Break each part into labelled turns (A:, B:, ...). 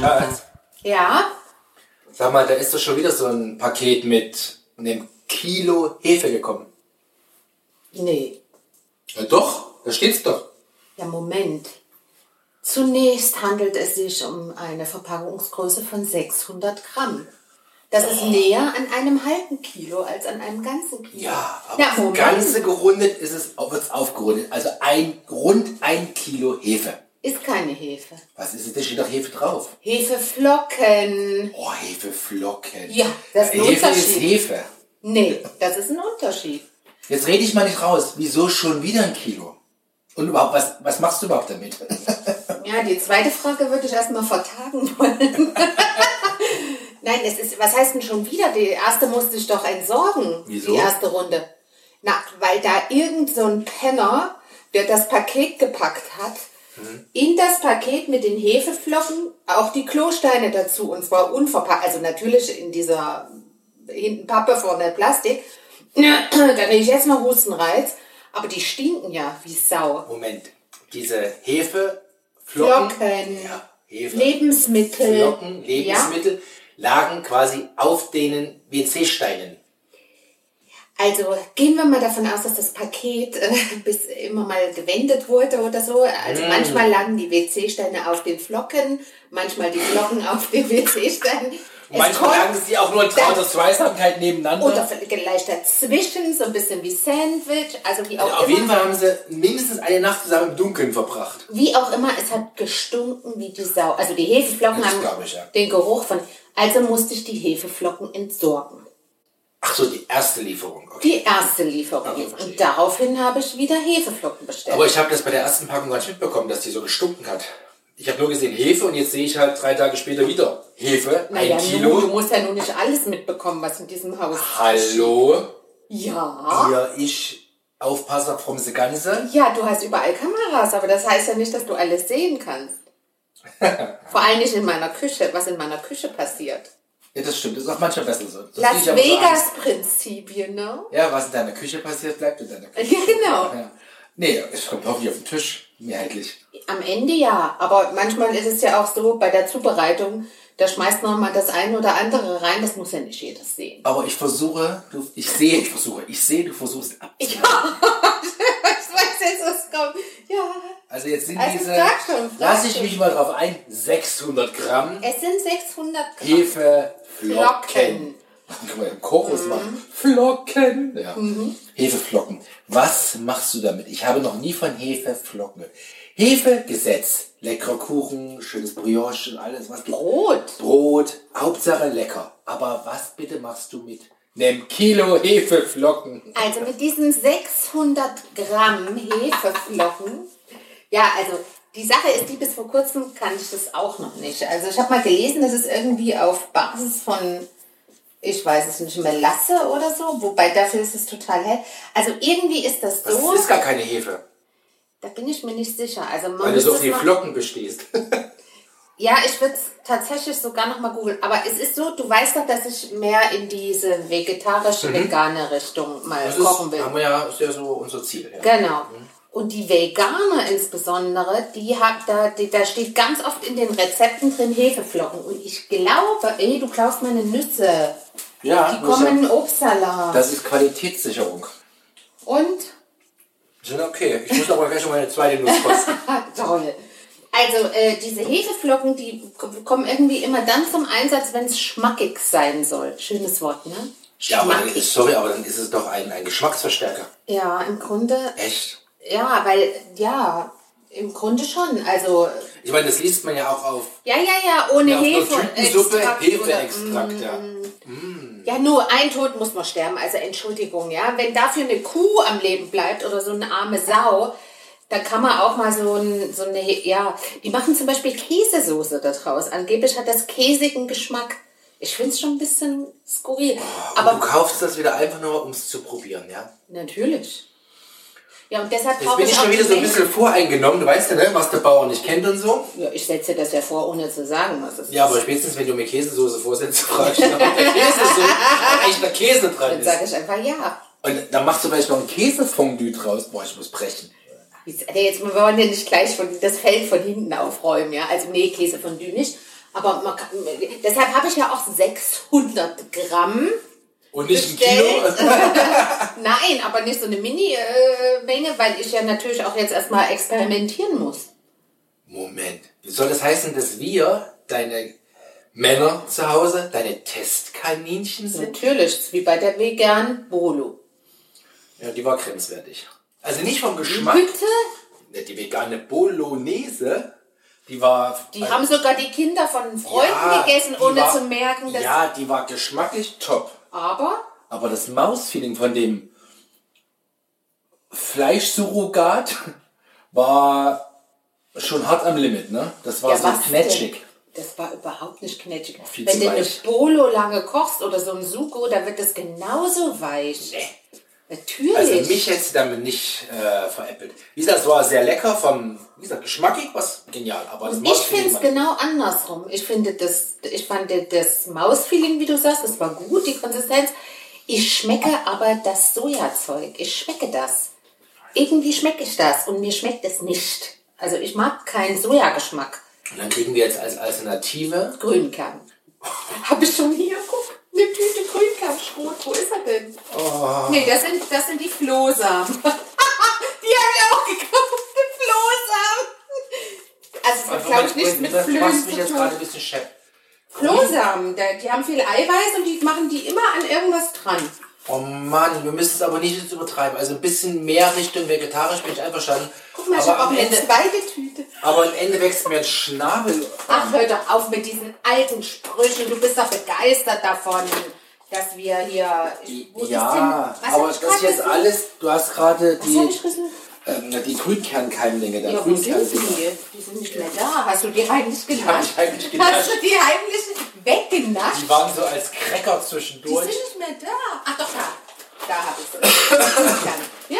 A: Schatz,
B: Ja?
A: also, sag mal, da ist doch schon wieder so ein Paket mit einem Kilo Hefe gekommen.
B: Nee.
A: Ja, doch, da steht's doch.
B: Ja, Moment. Zunächst handelt es sich um eine Verpackungsgröße von 600 Gramm. Das ist näher an einem halben Kilo als an einem ganzen Kilo.
A: Ja, aber
B: Na,
A: das
B: Moment.
A: Ganze gerundet ist es, wird's aufgerundet. Also ein, rund ein Kilo Hefe.
B: Ist keine Hefe.
A: Was ist denn? Da steht doch Hefe drauf.
B: Hefeflocken.
A: Oh, Hefeflocken. Äh,
B: Ja, das ist ein
A: Hefe ist
B: Unterschied.
A: Hefe.
B: Nee, das ist ein Unterschied.
A: Jetzt rede ich mal nicht raus. Wieso schon wieder ein Kilo? Und überhaupt, was, was machst du überhaupt damit?
B: Ja, die zweite Frage würde ich erstmal vertagen wollen. Nein, es ist, was heißt denn schon wieder? Die erste musste ich doch entsorgen.
A: Wieso?
B: Die erste Runde. Na, weil da irgend so ein Penner, der das Paket gepackt hat,
A: Hm.
B: in das Paket mit den Hefeflocken auch die Klosteine dazu und zwar unverpackt, also natürlich in dieser hinten Pappe, vorne Plastik. Da nehme ich jetzt noch Hustenreiz, aber die stinken ja wie Sau.
A: Moment, diese Hefe, Flocken,
B: Flocken.
A: Ja, Hefe,
B: Lebensmittel.
A: Flocken
B: Äh,
A: Lebensmittel lagen quasi auf den WC-Steinen.
B: Ja? Also gehen wir mal davon aus, dass das Paket äh, bis immer mal gewendet wurde oder so. Also
A: Mm.
B: manchmal lagen die WC-Steine auf den Flocken, manchmal die Flocken auf den WC-Steinen. Es
A: Manchmal
B: kommt-
A: lagen sie auch nur in trauter Zweisamkeit halt nebeneinander.
B: oder vielleicht dazwischen, so ein bisschen wie Sandwich, also wie auch
A: auf
B: immer.
A: jeden Fall haben sie mindestens eine Nacht zusammen im Dunkeln verbracht.
B: Wie auch immer, es hat gestunken wie die Sau. Also die Hefeflocken
A: Das
B: haben
A: glaub ich, ja.
B: den Geruch von. Also musste ich die Hefeflocken entsorgen.
A: Ach so, die erste Lieferung. Okay.
B: Die erste Lieferung.
A: Okay, verstehe.
B: und daraufhin habe ich wieder Hefeflocken bestellt.
A: Aber ich habe das bei der ersten Packung gar nicht mitbekommen, dass die so gestunken hat. Ich habe nur gesehen Hefe und jetzt sehe ich halt drei Tage später wieder Hefe,
B: naja,
A: ein
B: nun, du
A: Kilo.
B: musst ja nun nicht alles mitbekommen, was in diesem Haus.
A: Hallo,
B: Ja.
A: hier ich Aufpasser vom Se Ganze.
B: Ja, du hast überall Kameras, aber das heißt ja nicht, dass du alles sehen kannst. Vor allem nicht in meiner Küche, was in meiner Küche passiert.
A: Ja, das stimmt, das ist auch manchmal besser so. Sonst
B: Las
A: krieg ich aber so Angst.
B: Vegas-Prinzipien, ne?
A: ja, was in deiner Küche passiert, bleibt in deiner Küche.
B: Ja, genau.
A: Ja. Nee, es kommt hoffentlich auf den Tisch, mehrheitlich.
B: Am Ende ja, aber manchmal ist es ja auch so, bei der Zubereitung, da schmeißt man mal das eine oder andere rein, das muss ja nicht jedes sehen.
A: Aber ich versuche, du, ich sehe, ich versuche, ich sehe, du versuchst ab.
B: Ich weiß jetzt, was kommt. Ja,
A: Also jetzt sind
B: Also
A: diese,
B: sag schon, sag
A: lass ich
B: schon.
A: mich mal drauf ein, 600 Gramm
B: Es sind 600 Gramm.
A: Hefe, Flocken.
B: Flocken. Mhm.
A: Dann Können wir im Chorus machen. Flocken. Ja. Hefeflocken. Was machst du damit? Ich habe noch nie von Hefeflocken gehört. Hefegesetz. Leckerer Kuchen, schönes Brioche und alles, was du.
B: Brot.
A: Brot. Hauptsache lecker. Aber was bitte machst du mit einem Kilo Hefeflocken?
B: Also mit diesen 600 Gramm Hefeflocken. Ja, also die Sache ist, die bis vor kurzem kann ich das auch noch nicht. Also ich habe mal gelesen, dass es irgendwie auf Basis von, ich weiß es nicht mehr, Lasse oder so. Wobei dafür ist es total hell. Also irgendwie ist das
A: Das
B: so.
A: ist gar keine Hefe,
B: da bin ich mir nicht sicher. Also man
A: weil du
B: muss
A: so
B: das
A: viel
B: noch-
A: Flocken bestehst.
B: Ja, ich würde es tatsächlich sogar nochmal googeln. Aber es ist so, du weißt doch, dass ich mehr in diese vegetarische, vegane Richtung mal
A: Mhm. Das ist,
B: kochen will.
A: haben wir ja, ist ja so unser Ziel. Ja.
B: Genau. Und die Veganer insbesondere, die hat da, die, da steht ganz oft in den Rezepten drin Hefeflocken. Und ich glaube, ey, du klaust meine Nüsse.
A: Ja,
B: Die
A: muss
B: kommen
A: ja-
B: in Obstsalat.
A: Das ist Qualitätssicherung.
B: Und?
A: Sind okay. Ich muss aber gleich schon meine zweite Nuss kosten.
B: Ah, toll. Also äh, diese Hefeflocken, die k- kommen irgendwie immer dann zum Einsatz, wenn es schmackig sein soll. Schönes Wort, ne?
A: ja, aber dann
B: Schmackig.
A: ist, sorry, aber dann ist es doch ein, ein Geschmacksverstärker.
B: Ja, im Grunde,
A: Echt?
B: ja, weil, ja, im Grunde schon. Also,
A: Ich meine, das liest man ja auch auf,
B: ja, ja, ja, ohne
A: auf
B: Hefe.
A: einer Tütensuppe
B: Extrakt oder- Mm.
A: Hefeextrakt. Ja.
B: Ja, nur ein Tod muss man sterben, also Entschuldigung, ja. Wenn dafür eine Kuh am Leben bleibt oder so eine arme Sau, dann kann man auch mal so, ein, so eine, ja, die machen zum Beispiel Käsesoße daraus. Angeblich hat das käsigen Geschmack. Ich finde es schon ein bisschen skurril.
A: Aber du
B: Aber
A: kaufst das wieder einfach nur, um es zu probieren, ja?
B: natürlich. Ja, und deshalb
A: Jetzt
B: brauche
A: bin ich
B: ich auch
A: schon wieder
B: die
A: so ein
B: Menschen-
A: bisschen voreingenommen. Du weißt ja, ne, was der Bauer nicht kennt und so.
B: Ja, ich setze das ja vor, ohne zu sagen, was es
A: Ja,
B: ist.
A: aber spätestens, wenn du mir Käsesoße vorsetzt, fragst du, ob der Käse so, ob echt der Käse dran
B: Dann
A: ist.
B: sage ich einfach ja.
A: Und dann machst du vielleicht noch ein Käsefondue draus. Boah, ich muss brechen.
B: Jetzt, nee, jetzt wir wollen ja nicht gleich von, das Feld von hinten aufräumen, ja. Also nee, Käse von nicht. Aber man kann, deshalb habe ich ja auch 600 Gramm.
A: Und nicht ein Kilo.
B: Nein, aber nicht so eine Mini-Menge, weil ich ja natürlich auch jetzt erstmal experimentieren muss.
A: Moment. Soll das heißen, dass wir, deine Männer zu Hause, deine Testkaninchen
B: Mhm.
A: sind?
B: Natürlich, wie bei der veganen Bolo.
A: Ja, die war grenzwertig. Also nicht
B: Mhm.
A: vom Geschmack.
B: Bitte?
A: Ne, Die vegane Bolognese, die war.
B: Die haben sogar die Kinder von Freunden
A: Äh, Ja,
B: gegessen,
A: die
B: ohne
A: war-
B: zu merken, dass...
A: Ja, die war geschmacklich top.
B: Aber
A: Aber das Mausfeeling von dem Fleischsurrogat war schon hart am Limit, ne? Das war
B: Ja,
A: so
B: was
A: knetschig.
B: denn? Das war überhaupt nicht knetschig.
A: viel
B: Wenn
A: zu
B: du eine
A: weich.
B: Bolo lange kochst oder so ein Sugo, dann wird das genauso weich. Natürlich.
A: Also mich hättest du damit nicht äh, veräppelt. Wie gesagt, es war sehr lecker vom, wie gesagt, geschmackig, was genial. Aber das
B: ich finde es
A: war-
B: genau andersrum. Ich finde das, ich fand das Mausfeeling, wie du sagst, das war gut, die Konsistenz. Ich schmecke aber das Sojazeug. Ich schmecke das. Irgendwie schmecke ich das und mir schmeckt es nicht. Also ich mag keinen Sojageschmack.
A: Und dann kriegen wir jetzt als Alternative
B: Grünkern. Habe ich schon hier, guck, eine Tüte Grünkernschrot. Wo ist er denn?
A: Oh.
B: Nee, das sind, das sind die Flohsamen. die habe ich auch gekauft, die Flohsamen. Also das hat, glaube ich, nicht mit
A: das machst
B: Flöhen
A: mich
B: zu
A: jetzt gerade ein
B: tun.
A: bisschen schepp.
B: Flohsamen, da- die haben viel Eiweiß und die machen die immer an irgendwas dran.
A: Oh Mann, wir müssen es aber nicht jetzt übertreiben. Also ein bisschen mehr Richtung vegetarisch bin ich einverstanden.
B: Guck mal, ich
A: aber,
B: habe auch
A: am
B: eine
A: Ende,
B: zweite Tüte.
A: aber am Ende wächst mir ein Schnabel.
B: Ach, hör doch auf mit diesen alten Sprüchen. Du bist doch begeistert davon, dass wir hier... Wo ist
A: ja,
B: denn- was
A: aber
B: hab
A: das
B: ich
A: ist
B: grad
A: jetzt
B: gesagt?
A: alles, du hast gerade
B: Was hab
A: die,
B: ich gesagt?
A: ähm, die Grünkernkeimlinge, der
B: Ja, wo sind
A: Grünkernsinger.
B: die? Die sind nicht mehr da. Hast du die heimlich genascht?
A: ich heimlich genascht.
B: Hast du die heimlich weggenascht?
A: Die waren so als Cracker
B: Die sind
A: zwischendurch.
B: nicht mehr da. Ach doch, da. Da habe ich sie. Grünkern. Ja,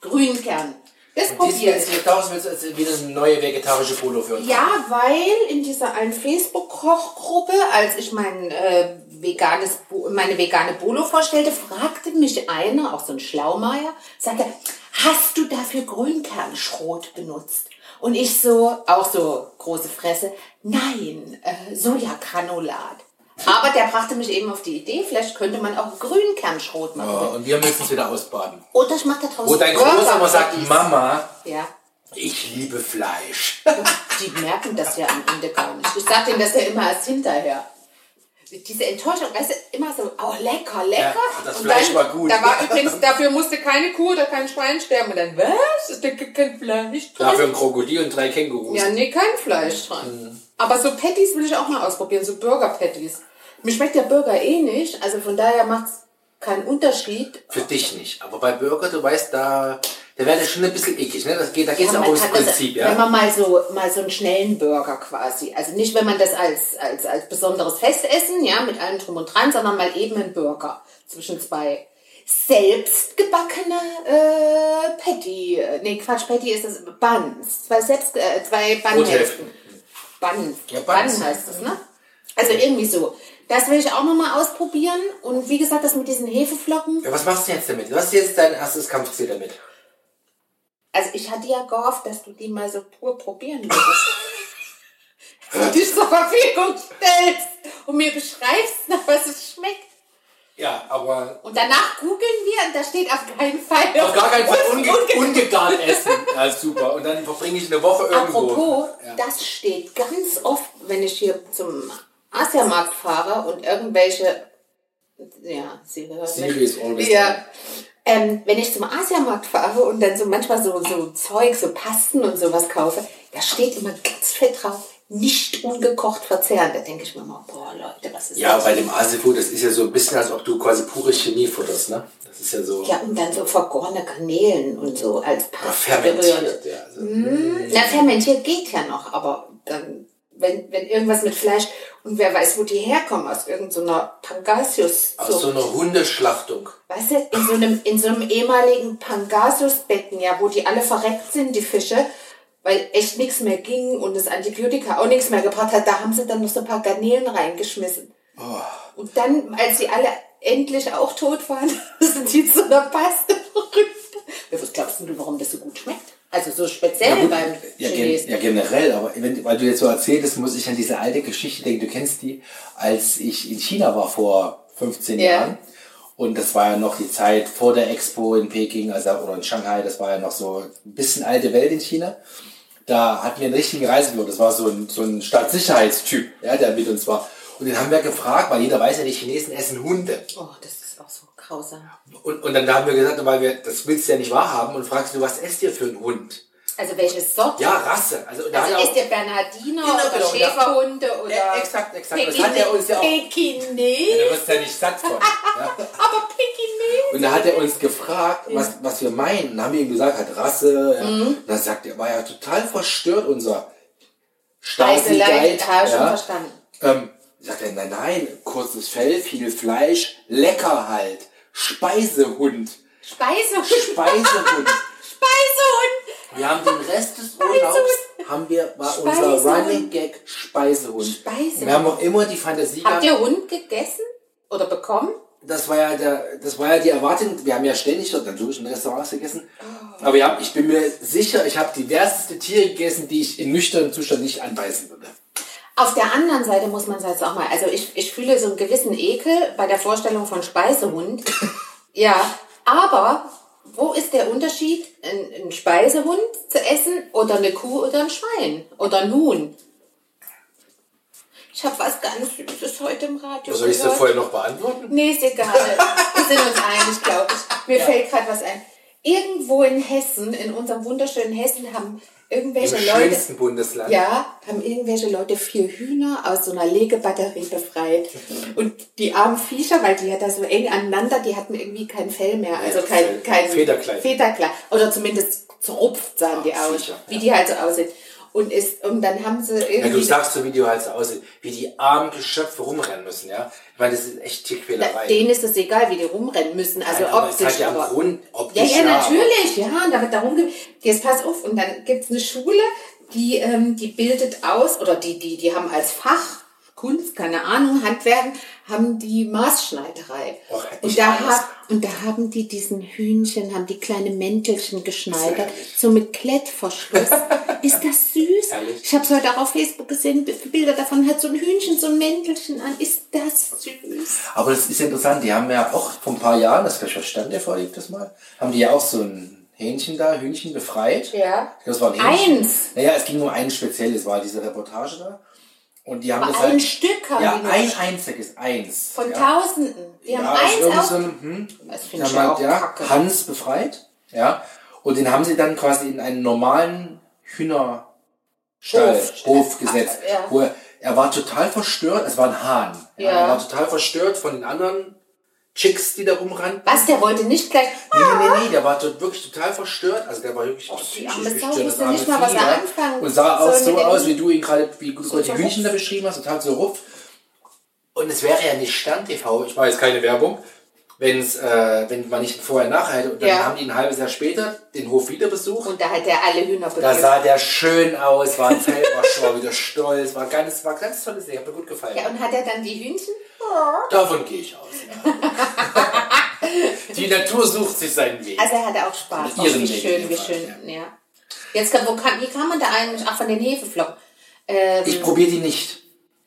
B: Grünkern. Das
A: Die sind
B: probier
A: jetzt
B: ich.
A: hier daraus wird es wieder eine neue vegetarische Polo für uns.
B: Ja, weil in dieser einen Facebook-Kochgruppe, als ich mein äh, veganes, Bo- meine vegane Bolo vorstellte, fragte mich einer, auch so ein Schlaumeier, sagte, hast du dafür Grünkernschrot benutzt? Und ich so, auch so große Fresse, nein, äh, Sojagranulat. Aber der brachte mich eben auf die Idee, vielleicht könnte man auch Grünkernschrot machen.
A: Ja, Oh, Und wir müssen es wieder ausbaden.
B: Oder ich mache daraus
A: Wo dein
B: Burger
A: Großer immer sagt,
B: Patties.
A: Mama,
B: Ja.
A: ich liebe Fleisch.
B: Die merken das ja am Ende gar nicht. Ich sag denen das ja immer erst hinterher. Diese Enttäuschung, weißt du, immer so, oh lecker, lecker.
A: Ja, das Fleisch war gut.
B: Da war übrigens, dafür musste keine Kuh oder kein Schwein sterben. Und dann, was? Ist da kein Fleisch drin?
A: Dafür Hm. ein Krokodil und drei Kängurus.
B: Ja, nee, kein Fleisch dran. Aber so Patties will ich auch mal ausprobieren, so Burger-Patties. Mir schmeckt der Burger eh nicht, also von daher macht's keinen Unterschied.
A: Für dich nicht. Aber bei Burger, du weißt, da, da wäre das schon ein bisschen eklig. Ne? Das geht, da geht es
B: Ja,
A: auch
B: man
A: ums
B: kann das-
A: Prinzip.
B: Wenn
A: Ja?
B: man mal so, mal so einen schnellen Burger quasi, also nicht, wenn man das als, als, als besonderes Festessen, ja, mit allem drum und dran, sondern mal eben einen Burger zwischen zwei selbstgebackene äh, Patty, äh, nee, Quatsch, Patty ist es, Buns, zwei selbst, äh, zwei Bunhälften.
A: Brothälften.
B: Bun,
A: Ja, Buns.
B: Bun heißt es, ne? Also irgendwie so. Das will ich auch nochmal ausprobieren und wie gesagt, das mit diesen Hefeflocken,
A: ja, was machst du jetzt damit? Was ist jetzt dein erstes Kampfziel damit?
B: Also ich hatte ja gehofft, dass du die mal so pur probieren würdest. Dass du dich zur Verfügung stellst und mir beschreibst, nach was es schmeckt.
A: Ja, aber
B: Und danach googeln wir und da steht auf keinen Fall.
A: auf gar keinen Fall
B: Und-
A: unge ungegart essen. Ja, super. Und dann verbringe ich eine Woche irgendwo.
B: Apropos, das steht ganz oft, wenn ich hier zum Asiamarkt fahre und irgendwelche. Ja, sie hören
A: Siri
B: mich.
A: is always
B: ja. ähm, Wenn ich zum Asiamarkt fahre und dann so manchmal so, so Zeug, so Pasten und sowas kaufe, da steht immer ganz fett drauf, nicht ungekocht verzehren. Da denke ich mir mal, boah Leute, was ist
A: Ja,
B: das?
A: bei dem Asifood, das ist ja so ein bisschen, als ob du quasi pure Chemie futterst, ne? Das ist ja so
B: Ja, und dann so vergorene Garnelen und so als Paste gerührt.
A: fermentiert. Ja, also.
B: Hm, Na, fermentiert geht ja noch, aber dann, wenn, wenn irgendwas mit Fleisch und wer weiß, wo die herkommen, aus irgendeiner Pangasius.
A: Aus
B: so.
A: so einer Hundeschlachtung.
B: Weißt du, in so einem, in so einem ehemaligen Pangasiusbecken, ja, wo die alle verreckt sind, die Fische, weil echt nichts mehr ging und das Antibiotika auch nichts mehr gebracht hat, da haben sie dann noch so ein paar Garnelen reingeschmissen.
A: Oh.
B: Und dann, als sie alle endlich auch tot waren, sind die zu einer Paste verrückt. Ja, was glaubst denn du, warum das so gut schmeckt? Also so speziell
A: gut,
B: beim
A: ja, gen,
B: Chinesen.
A: ja, generell, aber wenn, weil du jetzt so erzählst, muss ich an diese alte Geschichte denken. Du kennst die, als ich in China war vor 15
B: Ja.
A: Jahren. Und das war ja noch die Zeit vor der Expo in Peking also, oder in Shanghai. Das war ja noch so ein bisschen alte Welt in China. Da hatten wir einen richtigen Reisebüro. Das war so ein, so ein Stadtsicherheitstyp, ja, der mit uns war. Und den haben wir gefragt, weil jeder weiß ja, die Chinesen essen Hunde.
B: Oh, das ist auch so grausam.
A: Und, und dann haben wir gesagt, weil wir, das willst du ja nicht wahrhaben und fragst du, was esst ihr für einen Hund?
B: Also welche Sorte?
A: Ja, Rasse. Also, und da
B: Also
A: hat er
B: ist der Bernardiner
A: Genau,
B: oder
A: genau, und da-
B: Schäferhunde oder
A: Ja, Äh, exakt, exakt. Das
B: Pekine-
A: hat er uns ja auch-
B: Pekine?
A: Ja, du wirst ja nicht satt von. Ja?
B: Aber Pekine?
A: Und da hat er uns gefragt, was, was wir meinen. Dann haben wir ihm gesagt, hat Rasse. Ja.
B: Mhm.
A: Und dann sagt er, war ja total verstört, unser
B: Also
A: Stasi-Guide.
B: leicht, ja, schon
A: ja.
B: verstanden.
A: ähm, sagt er, nein, nein, kurzes Fell, viel Fleisch, lecker halt. Speisehund.
B: Speisehund.
A: Speisehund.
B: Speisehund.
A: Wir haben den Rest des Urlaubs, haben wir, war unser
B: Speisehund.
A: Running Gag Speisehund.
B: Speisehund.
A: Wir haben auch immer die Fantasie
B: Habt
A: gehabt,
B: ihr Hund gegessen? Oder bekommen?
A: das war ja der, das war ja die Erwartung. Wir haben ja ständig dort natürlich in Restaurants gegessen.
B: Oh.
A: Aber ja, ich bin mir sicher, ich habe diverseste Tiere gegessen, die ich in nüchternem Zustand nicht anbeißen würde.
B: Auf der anderen Seite muss man es jetzt auch mal, also ich, ich fühle so einen gewissen Ekel bei der Vorstellung von Speisehund. ja, aber wo ist der Unterschied, einen einen Speisehund zu essen oder eine Kuh oder ein Schwein oder ein Huhn? Ich habe was ganz Süßes heute im Radio gehört.
A: noch beantworten?
B: Nee, ist egal. Wir sind uns einig, glaube ich. Mir fällt gerade was ein. Irgendwo in Hessen, in unserem wunderschönen Hessen, haben irgendwelche Leute...
A: Bundesland.
B: Ja, haben irgendwelche Leute vier Hühner aus so einer Legebatterie befreit. Und die armen Viecher, weil die ja da so eng aneinander, die hatten irgendwie kein Fell mehr. Also
A: das
B: kein,
A: ist
B: kein
A: Federkleid.
B: Federkleid. Oder zumindest zerrupft sahen die
A: Ah,
B: aus,
A: Viecher, ja.
B: wie die halt so aussehen. Und, ist, und dann haben sie
A: Ja,
B: irgendwie...
A: du sagst so, wie die halt so aussehen, wie die armen Geschöpfe rumrennen müssen, ja? Ich meine, das ist echt
B: Na,
A: Tierquälerei.
B: denen ist es egal, wie die rumrennen müssen, also
A: Nein, aber es
B: optisch.
A: hat ja einen
B: aber-
A: Grund, optisch,
B: ja, ja,
A: ja.
B: natürlich, ja, und damit darum geht Jetzt pass auf, und dann gibt's eine Schule, die, ähm, die bildet aus, oder die, die, die haben als Fach, Kunst, keine Ahnung, Handwerken, haben die Maßschneiderei.
A: Och, hätte ich
B: und, da
A: alles.
B: hab, und da haben die diesen Hühnchen, haben die kleine Mäntelchen geschneidert,
A: Herrlich.
B: so mit Klettverschluss. Ist das süß?
A: Herrlich.
B: Ich habe es heute auch auf Facebook gesehen, Bilder davon hat so ein Hühnchen so ein Mäntelchen an. Ist das süß?
A: Aber das ist interessant, die haben ja auch vor ein paar Jahren, das vielleicht verstand der vorliegt das mal, haben die ja auch so ein Hähnchen da, Hühnchen befreit.
B: Ja.
A: Ich glaube, es war ein Hähnchen.
B: Eins.
A: Naja, es ging um ein spezielles, war diese Reportage da. Und die haben
B: Aber
A: das
B: ein
A: halt,
B: Stück haben
A: Ja,
B: die nur.
A: ein einziges, eins.
B: Von
A: ja.
B: Tausenden. Wir haben
A: aus
B: eins
A: irgend
B: auf.
A: so einem, hm,
B: Das finde
A: dann
B: ich ja
A: mal,
B: auch
A: ja,
B: kacke.
A: Hans befreit, ja, und den haben sie dann quasi in einen normalen Hühnerstall,
B: Hof.
A: Hof, gesetzt,
B: Ah, ja.
A: wo er, er war total verstört, es war ein Hahn, ja.
B: Ja.
A: er war total verstört von den anderen Chicks, die da rumrannten.
B: Was, der wollte nicht gleich.
A: Nee, nee, nee, der war tot, wirklich total verstört. Also der war wirklich
B: die
A: psychisch
B: arme Sau
A: gestört,
B: wusste
A: das arme
B: nicht mal, was
A: Vieh,
B: er
A: ja.
B: anfangen
A: Und sah auch
B: soll
A: so
B: mit den
A: aus, wie
B: Hühnchen.
A: du ihn gerade, wie du gerade die
B: verrupft.
A: Hühnchen da beschrieben hast, total so rupf. Und es wäre ja nicht Stern TV, ich war jetzt keine Werbung, wenn's, äh, wenn man nicht vorher nachher hätte. Und dann
B: Ja.
A: haben die ein halbes Jahr später den Hof wieder besucht.
B: Und da hat er alle Hühner
A: da
B: beglückt.
A: sah der schön aus, war ein Fell, war schon wieder stolz, war ganz, war ganz tolles Ding, hat mir gut gefallen.
B: Ja, und hat er dann die Hühnchen?
A: Davon gehe ich aus. Ja. die Natur sucht sich seinen Weg.
B: Also er hatte auch Spaß.
A: Mit
B: Oh,
A: ihrem
B: wie
A: Weg
B: schön, wie
A: jedenfalls,
B: schön. Ja. Jetzt, kann- wo kann, wie kam man da eigentlich? Ach, von den Hefeflocken. Ähm,
A: ich probiere die nicht.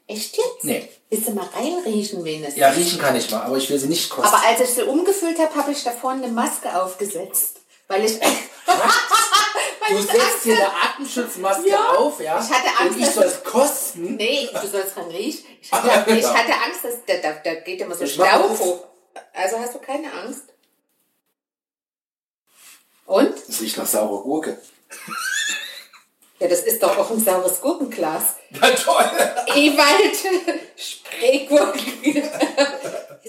B: echt jetzt?
A: Nee.
B: Willst du mal reinriechen wenigstens?
A: Ja, riechen kann ich mal, aber ich will sie nicht kosten.
B: Aber als ich sie umgefüllt habe, habe ich da vorne eine Maske aufgesetzt. Weil ich.
A: du
B: ich
A: setzt
B: Angst
A: dir
B: ne?
A: eine Atemschutzmaske
B: Ja,
A: auf, ja?
B: ich hatte Angst,
A: Und ich
B: dass-
A: soll es kosten.
B: Nee, du sollst dran riechen. Ich hatte, ich hatte Angst, dass da, da, da geht immer so
A: Ich mach
B: Staub
A: auf.
B: hoch. Also hast du keine Angst? Und?
A: Das riecht nach saurer Gurke.
B: Ja, das ist doch auch ein saures Gurkenglas.
A: Na toll.
B: Ewald Spreegurken.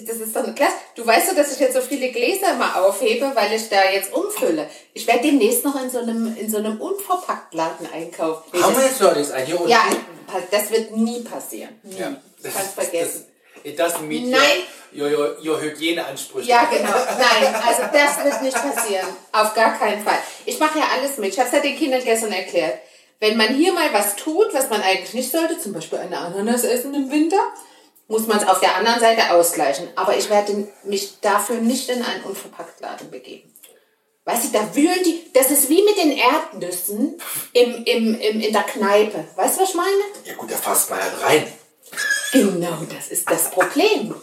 B: Das ist doch ein Glas. Du weißt doch, dass ich jetzt so viele Gläser mal aufhebe, weil ich da jetzt umfülle. Ich werde demnächst noch in so einem, in so einem Unverpacktladen einkaufen. Nee,
A: Haben wir
B: das,
A: jetzt noch nichts ein? Hier unten.
B: ja, das wird nie passieren. Nie.
A: Ja.
B: Kannst vergessen.
A: It doesn't meet your-
B: Nein.
A: your, your, your Hygieneansprüche.
B: Ja, genau. Nein, also das wird nicht passieren. Auf gar keinen Fall. Ich mache ja alles mit. Ich habe es ja den Kindern gestern erklärt. Wenn man hier mal was tut, was man eigentlich nicht sollte, zum Beispiel eine Ananas essen im Winter, muss man es auf der anderen Seite ausgleichen. Aber ich werde mich dafür nicht in einen Unverpacktladen begeben. Weißt du, da wühlen die, das ist wie mit den Erdnüssen im, im, im, in der Kneipe. Weißt du, was ich meine?
A: Ja gut, da fasst man halt rein.
B: Genau, das ist das Problem.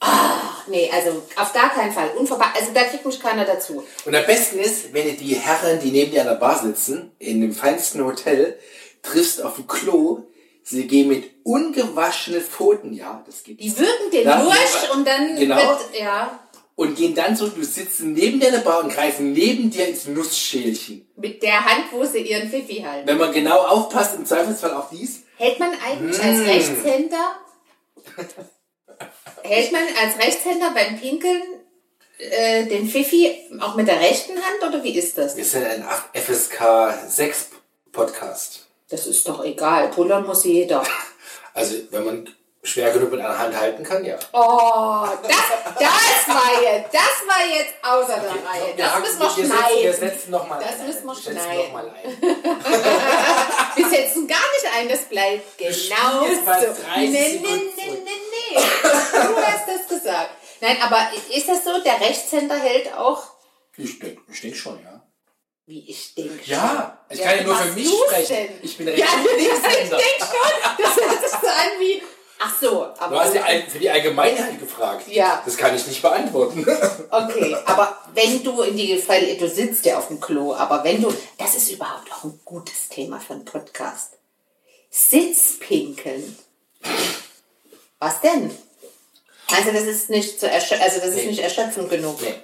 B: Ah, nee, also auf gar keinen Fall. Unverpa also da kriegt mich keiner dazu.
A: Und am besten ist, wenn du die Herren, die neben dir an der Bar sitzen, in dem feinsten Hotel, triffst auf dem Klo, sie gehen mit ungewaschenen Pfoten, ja, das geht.
B: Die wirken den
A: Ja,
B: durch
A: ja,
B: und dann
A: genau.
B: wird, ja,
A: Und gehen dann so, du sitzt neben dir an der Bar und greifen neben dir ins Nussschälchen.
B: mit der Hand, wo sie ihren Pfiffi halten.
A: Wenn man genau aufpasst, im Zweifelsfall auch dies.
B: Hält man eigentlich als Rechtshänder, hält man als Rechtshänder beim Pinkeln äh, den Pfiffi auch mit der rechten Hand oder wie ist das?
A: Wir sind ein FSK 6 Podcast.
B: Das ist doch egal, pullern muss jeder.
A: Also, wenn man schwer genug mit einer Hand halten kann, ja.
B: Oh, das, das war jetzt, das war jetzt außer der Reihe. Das müssen wir schneiden.
A: setzen nochmal
B: Das müssen wir schneiden.
A: ein.
B: Wir setzen gar nicht ein, das bleibt genau
A: spielen jetzt mal
B: so.
A: 30
B: nee, nee,
A: Sekunden
B: nee,
A: zurück.
B: nee, nee. Du hast das gesagt. Nein, aber ist das so, der Rechtshänder hält auch,
A: Ich denke ich denk schon, ja.
B: wie ich denke.
A: Ja, ich
B: Ja,
A: kann ja nur
B: was
A: für mich
B: tust
A: sprechen.
B: denn?
A: Ich bin
B: Ja,
A: rechts-
B: ich denke
A: Linkshänder.
B: schon. Das hört sich so an wie, ach so. Aber
A: Du hast ja ein- für die Allgemeinheit gefragt.
B: Ja.
A: Das kann ich nicht beantworten.
B: Okay, aber wenn du in die Freie, du sitzt ja auf dem Klo, aber wenn du, das ist überhaupt auch ein gutes Thema für einen Podcast. Sitzpinkeln. Was denn? Also das ist nicht zu erschö also das ist
A: Nee.
B: nicht erschöpfend genug,
A: Nee.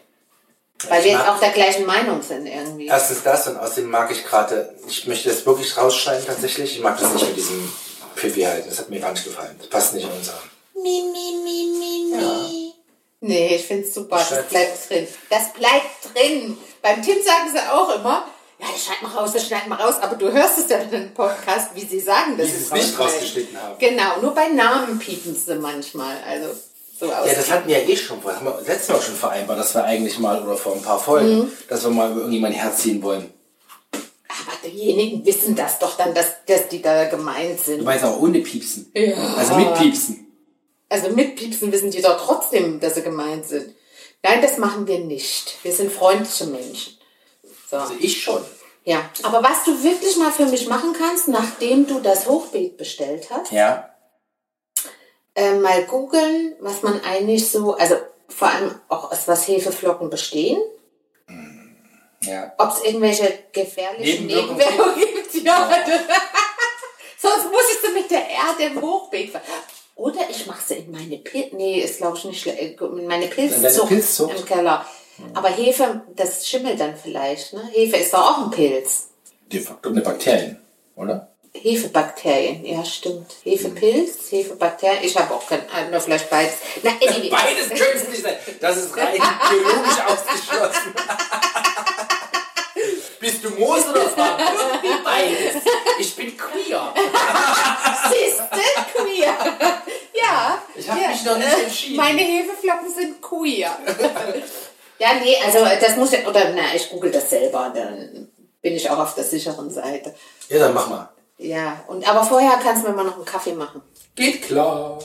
B: weil wir
A: Ich
B: jetzt
A: mag-
B: auch der gleichen Meinung sind irgendwie.
A: Erstens das und außerdem mag ich gerade, ich möchte das wirklich rausschneiden tatsächlich. Ich mag das nicht mit diesem Pipi halten. Das hat mir gar nicht gefallen. Das passt nicht in unser.
B: Mi, mi, mi, mi, mi. Nee, ich find's super. Das
A: Schreib's
B: bleibt drin. Das bleibt drin. Beim Tim sagen sie auch immer, ja, das schneid mal raus, das schneid mal raus. Aber du hörst es ja dann im Podcast, wie sie sagen, dass
A: Wie sie
B: sie
A: es nicht
B: rausschneiden.
A: rausgeschnitten haben.
B: Genau, nur bei Namen piepen sie manchmal. Also so aus.
A: Ja, das hatten wir ja eh schon, das haben wir letztes Mal schon vereinbart, dass wir eigentlich mal oder vor ein paar Folgen, dass wir mal über irgendjemand herziehen wollen.
B: Aber diejenigen wissen das doch dann, dass, dass die da gemeint
A: Du
B: sind.
A: meinst aber ohne Piepsen. Ja. Also mit Piepsen.
B: Also mit Piepsen wissen die doch trotzdem, dass sie gemeint sind. Nein, das machen wir nicht. Wir sind freundliche Menschen. So.
A: Also ich schon.
B: Ja, aber was du wirklich mal für mich machen kannst, nachdem du das Hochbeet bestellt hast,
A: Ja.
B: äh, mal googeln, was man eigentlich so, also vor allem auch aus was Hefeflocken bestehen,
A: Ja.
B: ob es irgendwelche gefährlichen
A: Nebenwirkungen
B: Nebenwirkungen gibt. Ja. Sonst muss ich sie mit der Erde im Hochbeet ver- Oder ich mache sie in meine Pilze, nee, ist glaube ich nicht, schle- äh, in meine Pilzzucht,
A: Pilzzucht?
B: im Keller. Aber Hefe, das schimmelt dann vielleicht, ne? Hefe ist doch auch ein Pilz.
A: De facto eine Bakterien, oder?
B: Hefebakterien, ja stimmt. Hefepilz,
A: Mhm.
B: Hefebakterien. Ich habe auch kein, ah, nur vielleicht beides. Na, anyway.
A: Beides können es nicht sein. Das ist rein biologisch ausgeschlossen. Bist du Moos oder Farb? Irgendwie beides. Ich bin queer.
B: Siehst du, queer. Ja.
A: Ich hab
B: ja.
A: mich noch nicht
B: Äh,
A: entschieden.
B: Meine Hefeflocken sind queer. ja, nee, also das muss ich, oder na, ich google das selber, dann bin ich auch auf der sicheren Seite.
A: Ja, dann mach mal.
B: Ja, und aber vorher kannst du mir mal noch einen Kaffee machen.
A: Geht klar.